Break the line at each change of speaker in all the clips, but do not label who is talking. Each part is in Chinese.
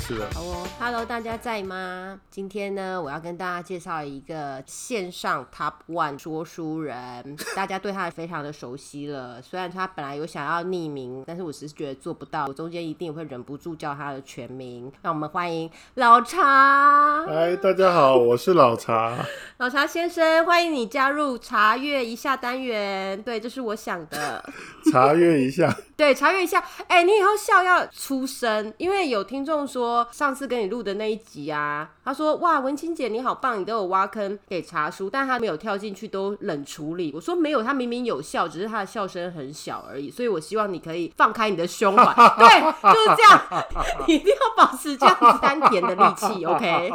始了。
好哦，Hello，大家在吗？今天呢，我要跟大家介绍一个线上 Top One 说书人， 大家对他也非常的熟悉了。虽然他本来有想要匿名，但是我只是觉得做不到，我中间一定会忍不住叫他的全名。让我们欢迎老茶，
嗨，大家好，我是老茶。
老茶先生，欢迎你加入查阅一下单元。对，这是我想的。
查阅一下，
对，查阅一下。哎、你以后笑要出声，因为有听众说上次跟你录的那一集啊，他说哇，文青姐你好棒，你都有挖坑给茶叔，但他没有跳进去，都冷处理。我说没有，他明明有笑，只是他的笑声很小而已。所以我希望你可以放开你的胸怀， 对，就是这样， 你一定要保持这样子丹田的力气，OK。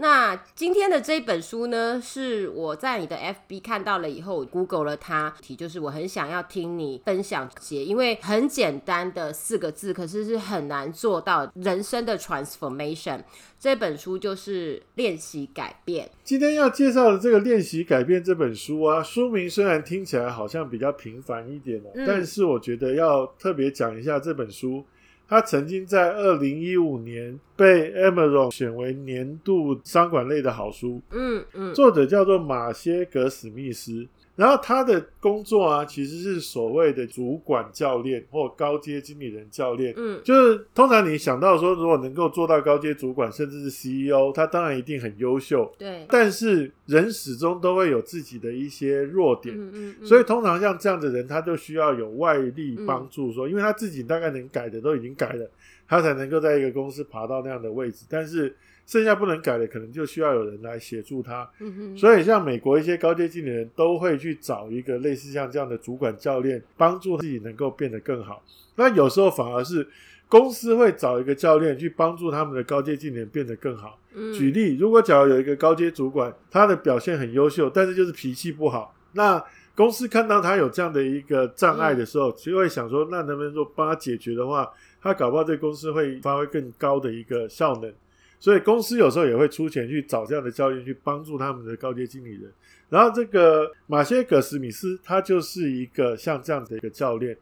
那今天的这本书呢，是我在你的 FB 看到了以后，我 Google 了它，题就是我很想要听你分享写，因为很简单的四个字，可是是很难做到人生的 transformation。这本书就是练习改变，
今天要介绍的这个《练习改变》这本书啊，书名虽然听起来好像比较平凡一点哦、
嗯
但是我觉得要特别讲一下这本书。它曾经在二零一五年被 Amazon 选为年度商管类的好书，
嗯嗯
作者叫做马歇格史密斯。然后他的工作啊，其实是所谓的主管教练或高阶经理人教练。
嗯
就是通常你想到说，如果能够做到高阶主管，甚至是 CEO，他当然一定很优秀。
对，
但是人始终都会有自己的一些弱点，
嗯嗯嗯，
所以通常像这样的人，他就需要有外力帮
嗯
助说，因为他自己大概能改的都已经改了，他才能够在一个公司爬到那样的位置。但是剩下不能改的，可能就需要有人来协助他。
嗯哼
所以，像美国一些高阶经理人都会去找一个类似像这样的主管教练，帮助自己能够变得更好。那有时候反而是公司会找一个教练去帮助他们的高阶经理人变得更好。
嗯
举例，如果假如有一个高阶主管，他的表现很优秀，但是就是脾气不好，那公司看到他有这样的一个障碍的时候，就会想说，那能不能说帮他解决的话，他搞不好对公司会发挥更高的一个效能。所以公司有时候也会出钱去找这样的教练去帮助他们的高阶经理人。然后这个马歇格史密斯，他就是一个像这样的一个教练。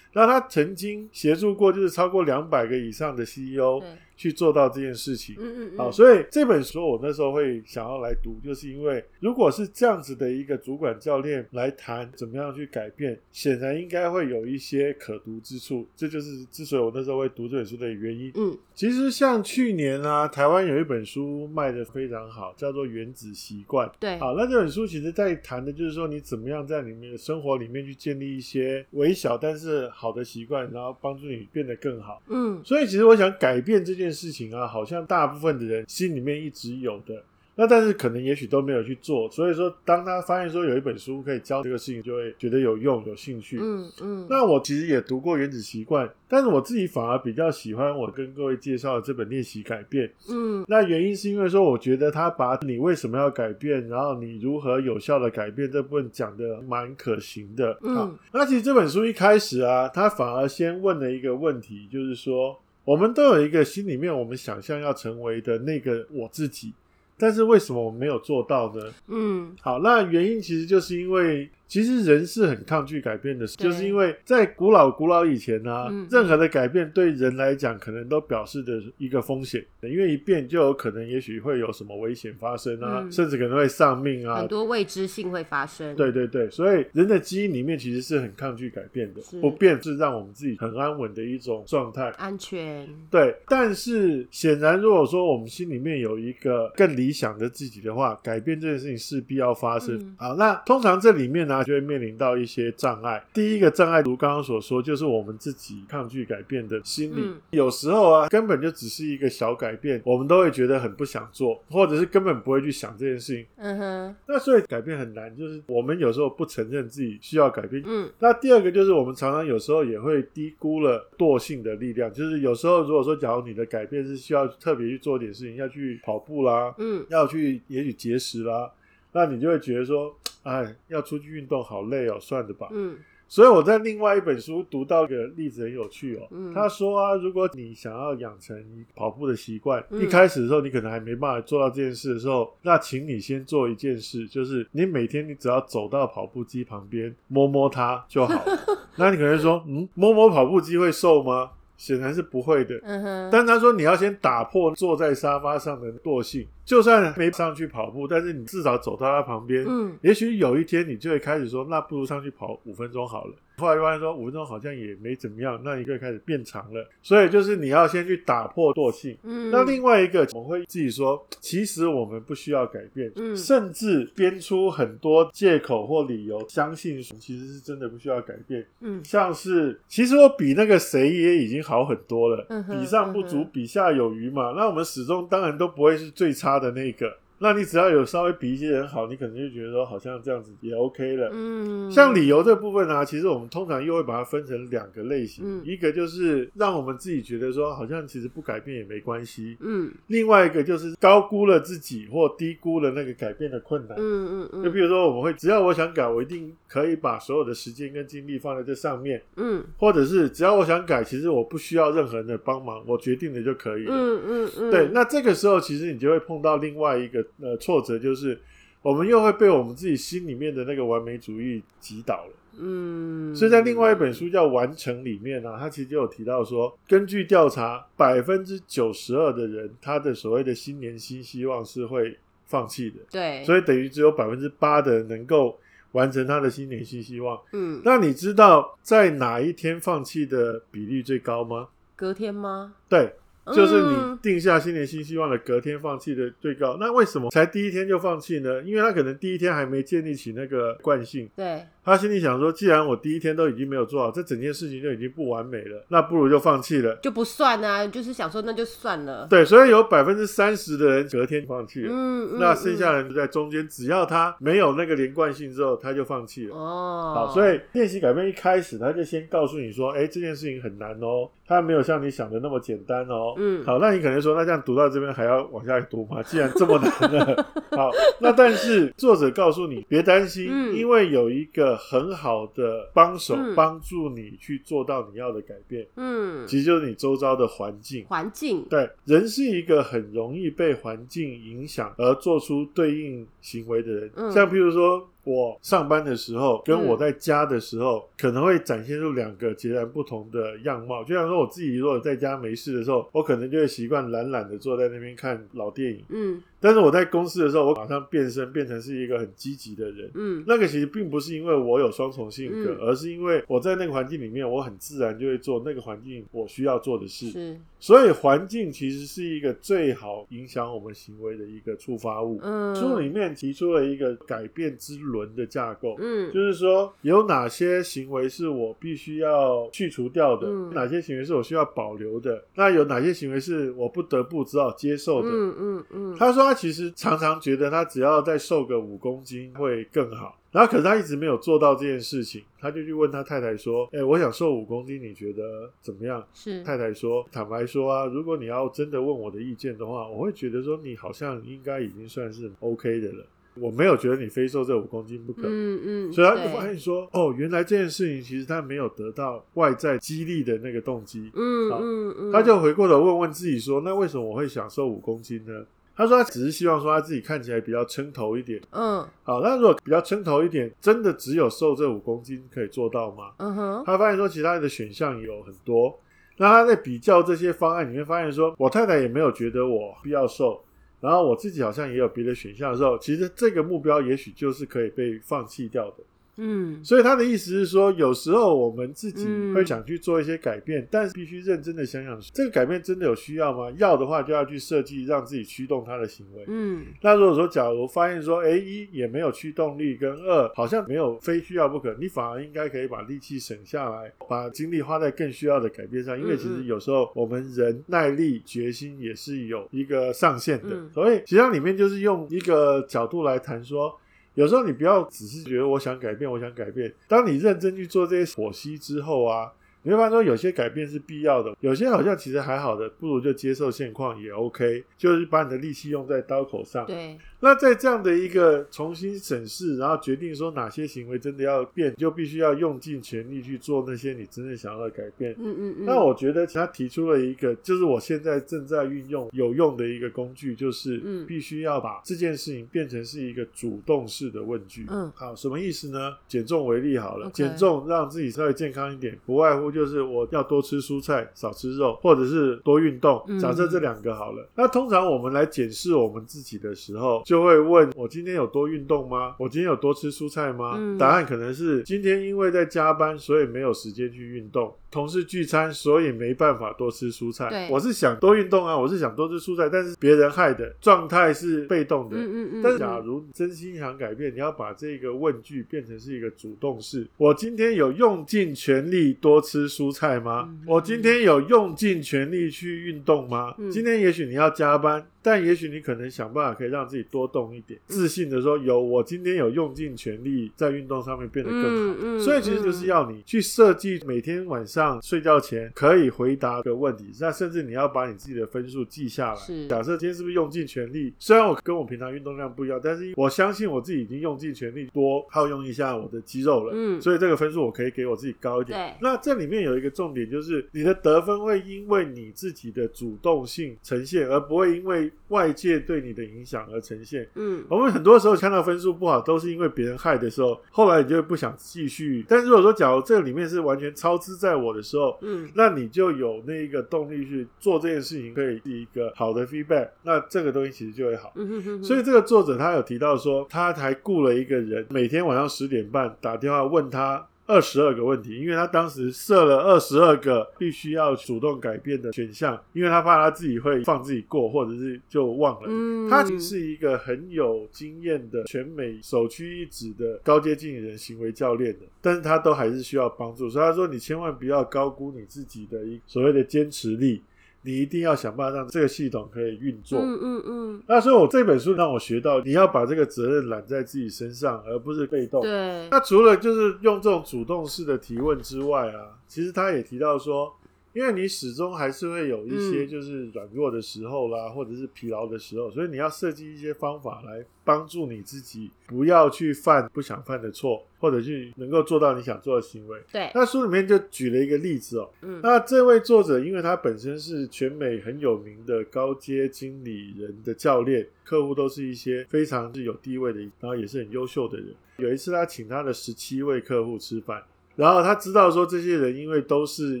那他曾经协助过就是超过两百个以上的 CEO
对
去做到这件事情。
嗯嗯嗯，
好，所以这本书我那时候会想要来读，就是因为如果是这样子的一个主管教练来谈怎么样去改变，显然应该会有一些可读之处。这就是之所以我那时候会读这本书的原因。
嗯
其实像去年啊，台湾有一本书卖的非常好，叫做《原子习惯》。
对，
好，那这本书其实在谈的就是说，你怎么样在你们的生活里面去建立一些微小但是好的习惯，然后帮助你变得更好。
嗯
所以其实我想改变这件事情啊，好像大部分的人心里面一直有的，那但是可能也许都没有去做。所以说，当他发现说有一本书可以教这个事情，就会觉得有用、有兴趣。
嗯嗯，
那我其实也读过《原子习惯》，但是我自己反而比较喜欢我跟各位介绍的这本《练习改变》。
嗯
那原因是因为说，我觉得他把你为什么要改变，然后你如何有效的改变这部分讲的蛮可行的。
嗯
好，那其实这本书一开始啊，他反而先问了一个问题，就是说，我们都有一个心里面我们想象要成为的那个我自己，但是为什么我们没有做到呢？
嗯
好，那原因其实就是因为，其实人是很抗拒改变的，
对
就是因为在古老古老以前呢、
嗯
任何的改变对人来讲，可能都表示的一个风险，因为一变就有可能，也许会有什么危险发生啊，
嗯
甚至可能会丧命啊
很。多未知性会发生，
对对对，所以人的基因里面其实是很抗拒改变的
是，
不变是让我们自己很安稳的一种状态。
安全，
对，但是显然，如果说我们心里面有一个更理想的自己的话，改变这件事情势必要发生。
嗯
好，那通常这里面呢、就会面临到一些障碍。第一个障碍，如刚刚所说，就是我们自己抗拒改变的心理。
嗯
有时候啊，根本就只是一个小改变，我们都会觉得很不想做，或者是根本不会去想这件事情。
嗯哼，
那所以改变很难，就是我们有时候不承认自己需要改变，
嗯
那第二个就是我们常常有时候也会低估了惰性的力量，就是有时候如果说假如你的改变是需要特别去做点事情，要去跑步啦，
嗯
要去也许节食啦，那你就会觉得说，哎，要出去运动好累哦，算了吧。
嗯
所以我在另外一本书读到一个例子很有趣哦，
嗯
他说啊，如果你想要养成你跑步的习惯，
嗯
一开始的时候你可能还没办法做到这件事的时候，那请你先做一件事，就是你每天你只要走到跑 步机旁边摸摸它就好了。那你可能会说，嗯，摸摸跑步机会瘦吗？显然是不会的。
嗯哼，
但他说你要先打破坐在沙发上的惰性，就算没上去跑步，但是你至少走到他旁边，
嗯
也许有一天你就会开始说，那不如上去跑五分钟好了。后来发现说五分钟好像也没怎么样，那你就会开始变长了。所以就是你要先去打破惰性。
嗯，
那另外一个，我们会自己说，其实我们不需要改变，
嗯
甚至编出很多借口或理由，相信其实是真的不需要改变。
嗯
像是，其实我比那个谁也已经好很多了，
嗯哼
比上不足，
嗯哼
比下有余嘛。那我们始终当然都不会是最差的那个。那你只要有稍微比一些人好，你可能就觉得说好像这样子也 OK 了。
嗯，
像理由这部分啊，其实我们通常又会把它分成两个类型，
嗯
一个就是让我们自己觉得说好像其实不改变也没关系，
嗯
另外一个就是高估了自己或低估了那个改变的困难。
嗯嗯
就
嗯
比如说，我们会只要我想改，我一定可以把所有的时间跟精力放在这上面，
嗯
或者是只要我想改，其实我不需要任何人的帮忙，我决定了就可以了。
嗯嗯嗯，
对，那这个时候其实你就会碰到另外一个呃挫折，就是我们又会被我们自己心里面的那个完美主义击倒了。
嗯，
所以在另外一本书叫《完成》里面呢、他其实就有提到说，根据调查，百分之九十二的人他的所谓的新年新希望是会放弃的，
对，以
所以等于只有百分之八的人能够完成他的新年新希望。
嗯，
那你知道在哪一天放弃的比例最高吗？
隔天吗？
对，就是你
嗯
定下新年新希望的隔天放弃的最高。那为什么才第一天就放弃呢？因为他可能第一天还没建立起那个惯性，
对，
他心里想说，既然我第一天都已经没有做好，这整件事情就已经不完美了，那不如就放弃了。
就不算啊，就是想说那就算了，
对，所以有百分之三十的人隔天放弃了，
嗯，嗯
那剩下的人就在中间，只要他没有那个连贯性之后，他就放弃
嗯
了。
哦，
好，所以练习改变一开始，他就先告诉你说，哎，这件事情很难哦，它没有像你想的那么简单哦。
嗯
好，那你可能说，那这样读到这边还要往下读吗？ 既然这么难了， 好，那但是作者告诉你，别担心，
嗯
因为有一个很好的帮手、
嗯
帮助你去做到你要的改变，
嗯，
其实就是你周遭的环境。
环境，
对，人是一个很容易被环境影响而做出对应行为的人。
嗯
像譬如说，我上班的时候跟
嗯
我在家的时候，可能会展现出两个截然不同的样貌。就像说，我自己如果在家没事的时候，我可能就会习惯懒懒的坐在那边看老电影；
嗯
但是我在公司的时候，我马上变身变成是一个很积极的人。
嗯
那个其实并不是因为我有双重性格，
嗯
而是因为我在那个环境里面，我很自然就会做那个环境我需要做的事。
是，
所以环境其实是一个最好影响我们行为的一个触发物。
嗯，
书里面提出了一个改变之轮的架构，
嗯
就是说有哪些行为是我必须要去除掉的，
嗯
哪些行为是我需要保留的，那有哪些行为是我不得不只好接受的。
嗯嗯嗯，
他说他其实常常觉得他只要再瘦个五公斤会更好，然后可是他一直没有做到这件事情，他就去问他太太说：“哎、我想瘦五公斤，你觉得怎么样？”
是，
太太说：“坦白说啊，如果你要真的问我的意见的话，我会觉得说你好像应该已经算是 OK 的了。我没有觉得你非瘦这五公斤不可。
嗯嗯，
所以他就
对
发现说：“哦，原来这件事情其实他没有得到外在激励的那个动机。
嗯
好
嗯嗯，
他就回过头问问自己说：“那为什么我会想瘦五公斤呢？”他说：“他只是希望说他自己看起来比较撑头一点。
嗯
好，那如果比较撑头一点，真的只有瘦这五公斤可以做到吗？
嗯哼，
他发现说其他的选项有很多。那他在比较这些方案里面，发现说我太太也没有觉得我必要瘦，然后我自己好像也有别的选项的时候，其实这个目标也许就是可以被放弃掉的。
嗯
所以他的意思是说，有时候我们自己会想去做一些改变，但是必须认真的想想，这个改变真的有需要吗？要的话，就要去设计让自己驱动他的行为。
嗯
那如果说，假如发现说，哎，一也没有驱动力，跟二好像没有非需要不可，你反而应该可以把力气省下来，把精力花在更需要的改变上。因为
嗯
其实
嗯
有时候我们人耐力、决心也是有一个上限的，
嗯
所以实际上里面就是用一个角度来谈说。有时候你不要只是觉得我想改变，我想改变。当你认真去做这些剖析之后啊，你会发现说有些改变是必要的，有些好像其实还好的，不如就接受现况也 OK，就是把你的力气用在刀口上。
对，
那在这样的一个重新审视，然后决定说哪些行为真的要变，就必须要用尽全力去做那些你真正想要的改变。
嗯嗯嗯，
那我觉得他提出了一个，就是我现在正在运用有用的一个工具，就是
嗯
必须要把这件事情变成是一个主动式的问句。
嗯
好，什么意思呢？减重为例好了
OK
减重让自己稍微健康一点，不外乎就是我要多吃蔬菜，少吃肉，或者是多运动。
嗯
假设这两个好了，那通常我们来检视我们自己的时候，就会问我今天有多运动吗？我今天有多吃蔬菜吗？
嗯
答案可能是今天因为在加班，所以没有时间去运动。同事聚餐，所以没办法多吃蔬菜
对。
我是想多运动啊，我是想多吃蔬菜，但是别人害的状态是被动的。
嗯嗯嗯，
但是，假如你真心想改变，你要把这个问句变成是一个主动式。我今天有用尽全力多吃蔬菜吗？
嗯
我今天有用尽全力去运动吗？
嗯
今天也许你要加班，但也许你可能想办法可以让自己多动一
嗯
点，自信的说有，我今天有用尽全力在运动上面变得更好。
嗯嗯，
所以其实就是要你去设计每天晚上睡觉前可以回答的问题，那甚至你要把你自己的分数记下来
是。
假设今天是不是用尽全力？虽然我跟我平常运动量不一样，但是我相信我自己已经用尽全力多耗用一下我的肌肉了。
嗯
所以这个分数我可以给我自己高一点
对。
那这里面有一个重点，就是你的得分会因为你自己的主动性呈现，而不会因为外界对你的影响而呈现。
嗯
我们很多时候看到分数不好，都是因为别人害的时候，后来你就会不想继续。但如果说，假如这里面是完全操之在我的时候，
嗯
那你就有那个动力去做这件事情，可以是一个好的 feedback，那这个东西其实就会好。
嗯嗯，
所以这个作者他有提到说，他还雇了一个人，每天晚上十点半打电话问他。二十二个问题，因为他当时设了二十二个必须要主动改变的选项，因为他怕他自己会放自己过，或者是就忘了。
嗯，
他其实是一个很有经验的全美首屈一指的高阶经理人行为教练的，但是他都还是需要帮助。所以他说，你千万不要高估你自己的一所谓的坚持力，你一定要想办法让这个系统可以运作。
嗯嗯嗯，
那所以，我这本书让我学到，你要把这个责任揽在自己身上，而不是被动。
对，
哦那除了就是用这种主动式的提问之外啊，其实他也提到说，因为你始终还是会有一些
嗯
就是软弱的时候啦，或者是疲劳的时候，所以你要设计一些方法来帮助你自己，不要去犯不想犯的错，或者去能够做到你想做的行为。
对，
那书里面就举了一个例子哦，
嗯
那这位作者，因为他本身是全美很有名的高阶经理人的教练，客户都是一些非常是有地位的，然后也是很优秀的人。有一次，他请他的十七位客户吃饭，然后他知道说这些人因为都是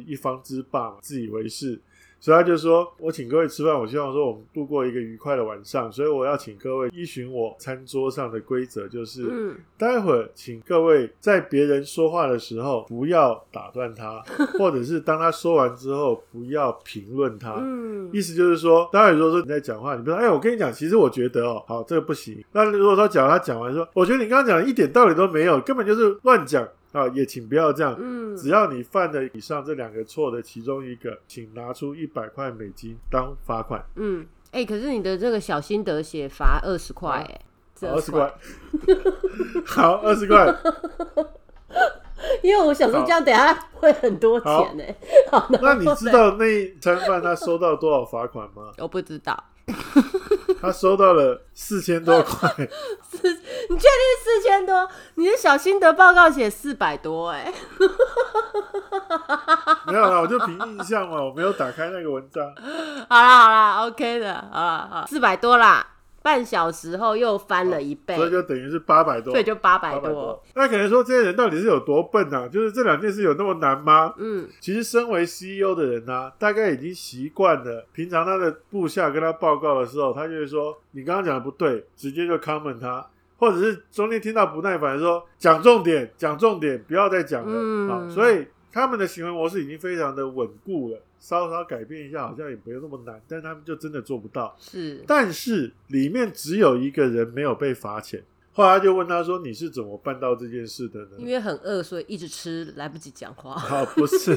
一方之霸嘛，自以为是，所以他就说：“我请各位吃饭，我希望说我们度过一个愉快的晚上，所以我要请各位依循我餐桌上的规则，就是、
嗯
待会儿请各位在别人说话的时候不要打 断他，或者是当他说完之后不要评论他。
嗯
意思就是说，当然如果说你在讲话，你不要说，哎、我跟你讲，其实我觉得哦，好，这个不行。那如果说假如他讲完说，我觉得你刚刚讲的一点道理都没有，根本就是乱讲啊，也请不要这样。
嗯，
只要你犯了以上这两个错的其中一个，请拿出一百块美金当罚款，
嗯，哎、可是你的这个小心得写罚二十块，哎、这
啊二十块，。 好，二十块。
因为我想说这样等下会很多钱欸呢、好，
那你知道那一餐饭他收到多少罚款 吗？
我不知道，
他收到了四千多块，
你确定四千多？你的小心得报告写四百多、哎，
没有啦，我就凭印象嘛，我没有打开那个文章。
好啦好啦，OK 的，好啦好啦，四百多啦，半小时后又翻了一倍，
所以就等于是八百多，
所以就八
八
百
百
多，。
那可能说这些人到底是有多笨啊？就是这两件事有那么难吗？
嗯
其实身为 CEO 的人呢、啊大概已经习惯了，平常他的部下跟他报告的时候，他就会说：“你刚刚讲的不对”，直接就 comment 他。或者是中间听到不耐烦的说讲重点，讲重点，不要再讲了、
嗯
啊！所以他们的行为模式已经非常的稳固了，稍稍改变一下好像也没有那么难，但他们就真的做不到。
是，
但是里面只有一个人没有被罚钱，后来他就问他说：“你是怎么办到这件事的呢？”
因为很饿，所以一直吃，来不及讲话，
啊，不是，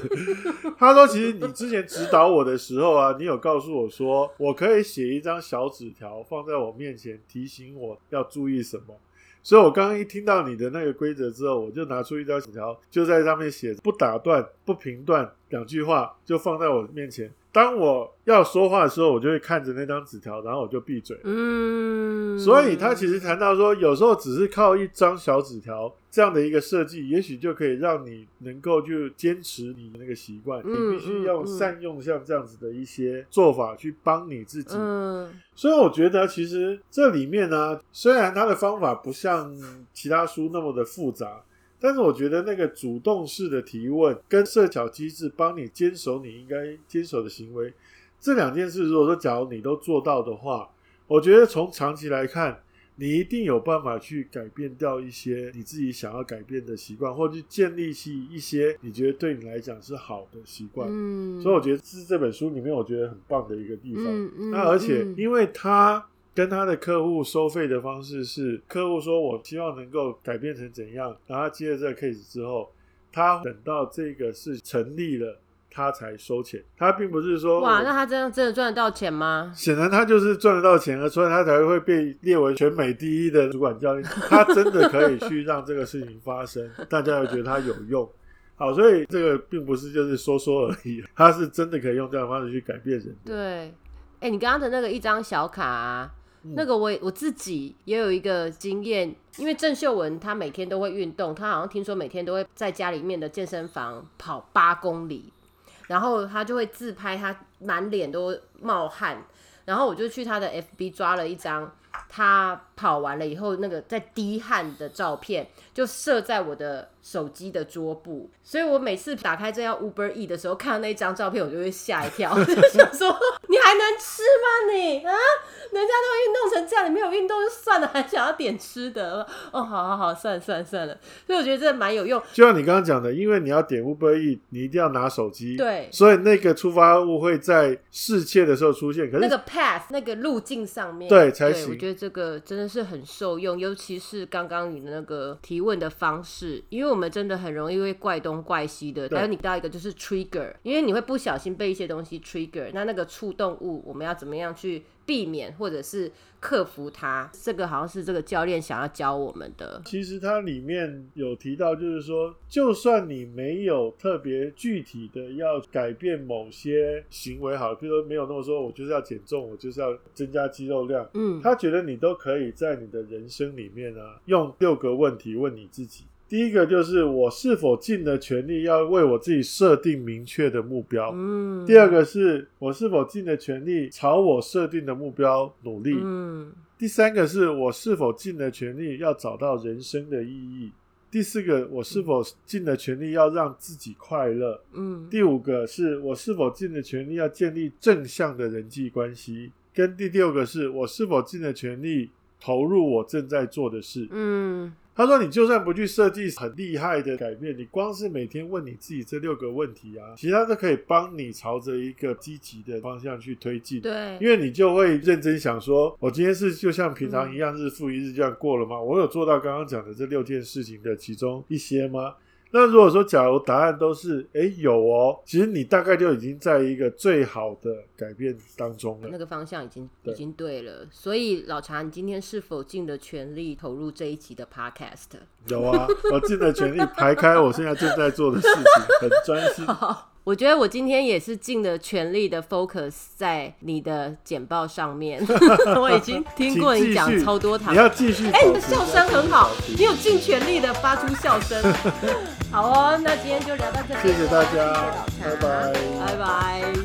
他说其实你之前指导我的时候啊，你有告诉我说，我可以写一张小纸条放在我面前，提醒我要注意什么。所以我刚刚一听到你的那个规则之后，我就拿出一张纸条，就在上面写不打断、不评断两句话，就放在我面前。当我要说话的时候，我就会看着那张纸条，然后我就闭嘴。
嗯，
所以他其实谈到说，有时候只是靠一张小纸条这样的一个设计，也许就可以让你能够去坚持你那个习惯。
嗯
你必须要
嗯嗯
善用像这样子的一些做法去帮你自己。
嗯。
所以我觉得其实这里面呢、虽然它的方法不像其他书那么的复杂。但是我觉得那个主动式的提问跟设巧机制帮你坚守你应该坚守的行为，这两件事，如果说假如你都做到的话，我觉得从长期来看，你一定有办法去改变掉一些你自己想要改变的习惯，或去建立起一些你觉得对你来讲是好的习惯。
嗯，
所以我觉得这是这本书里面我觉得很棒的一个地方。
嗯嗯，
那而且
嗯
因为他跟他的客户收费的方式是，客户说我希望能够改变成怎样，然后他接了这个 case 之后，他等到这个事成立了，他才收钱。他并不是说
哇，那他真的真的赚得到钱吗？
显然他就是赚得到钱了，所以他才会被列为全美第一的主管教练。他真的可以去让这个事情发生， 大家又觉得他有用。好，所以这个并不是就是说说而已，他是真的可以用这样的方式去改变人。
对，哎、你刚刚的那个一张小卡、啊，
嗯
那个我也我自己也有一个经验，因为郑秀文她每天都会运动，她好像听说每天都会在家里面的健身房跑八公里，然后她就会自拍，她满脸都冒汗，然后我就去她的 FB 抓了一张她跑完了以后那个在滴汗的照片，就设在我的手机的桌布，所以我每次打开这要 Uber E 的时候，看到那张照片，我就会吓一跳， 我就想说你还能吃吗你啊？人家都运动成这样，你没有运动就算了，还想要点吃的？哦，好好好，算了算了算了。所以我觉得这蛮有用。
就像你刚刚讲的，因为你要点 Uber E，你一定要拿手机，
对
所以那个触发物会在试切的时候出现。可
那
是
个 path 那个路径上面，
对才行
我觉得这个真的是很受用，尤其是刚刚你的那个提问的方式，因为我们真的很容易会怪东怪西的。
对
还有你到一个就是 trigger，因为你会不小心被一些东西 trigger，那那个触动物我们要怎么样去避免或者是克服它？这个好像是这个教练想要教我们的。
其实它里面有提到，就是说，就算你没有特别具体的要改变某些行为，好，比如说没有那么说，我就是要减重，我就是要增加肌肉量，
嗯，
他觉得你都可以在你的人生里面啊，用六个问题问你自己。第一个就是我是否尽了全力要为我自己设定明确的目标。
嗯，
第二个是我是否尽了全力朝我设定的目标努力。
嗯
第三个是我是否尽了全力要找到人生的意义。第四个，我是否尽了全力要让自己快乐？
嗯
第五个是我是否尽了全力要建立正向的人际关系？跟第六个是我是否尽了全力投入我正在做的事？
嗯，
他说：“你就算不去设计很厉害的改变，你光是每天问你自己这六个问题啊，其实它都可以帮你朝着一个积极的方向去推进。
对，
因为你就会认真想说，我今天是就像平常一样日复一日这样过了吗？我有做到刚刚讲的这六件事情的其中一些吗？那如果说假如答案都是诶有哦，其实你大概就已经在一个最好的改变当中 了
那。个方向已经
对
已经对了，所以老茶，你今天是否尽了全力投入这一集的 podcast？
有啊，我尽了全力排开我现在正在做的事情，很专心。
好，我觉得我今天也是尽了全力的 focus 在你的简报上 面，我已经听过
请
你
继
讲
续
超多堂
你。要继续。
哎、你的笑声很好，你有尽全力的发出笑声。 好哦，那今天就聊到这里，
谢谢大家
谢谢老茶
拜拜
拜拜。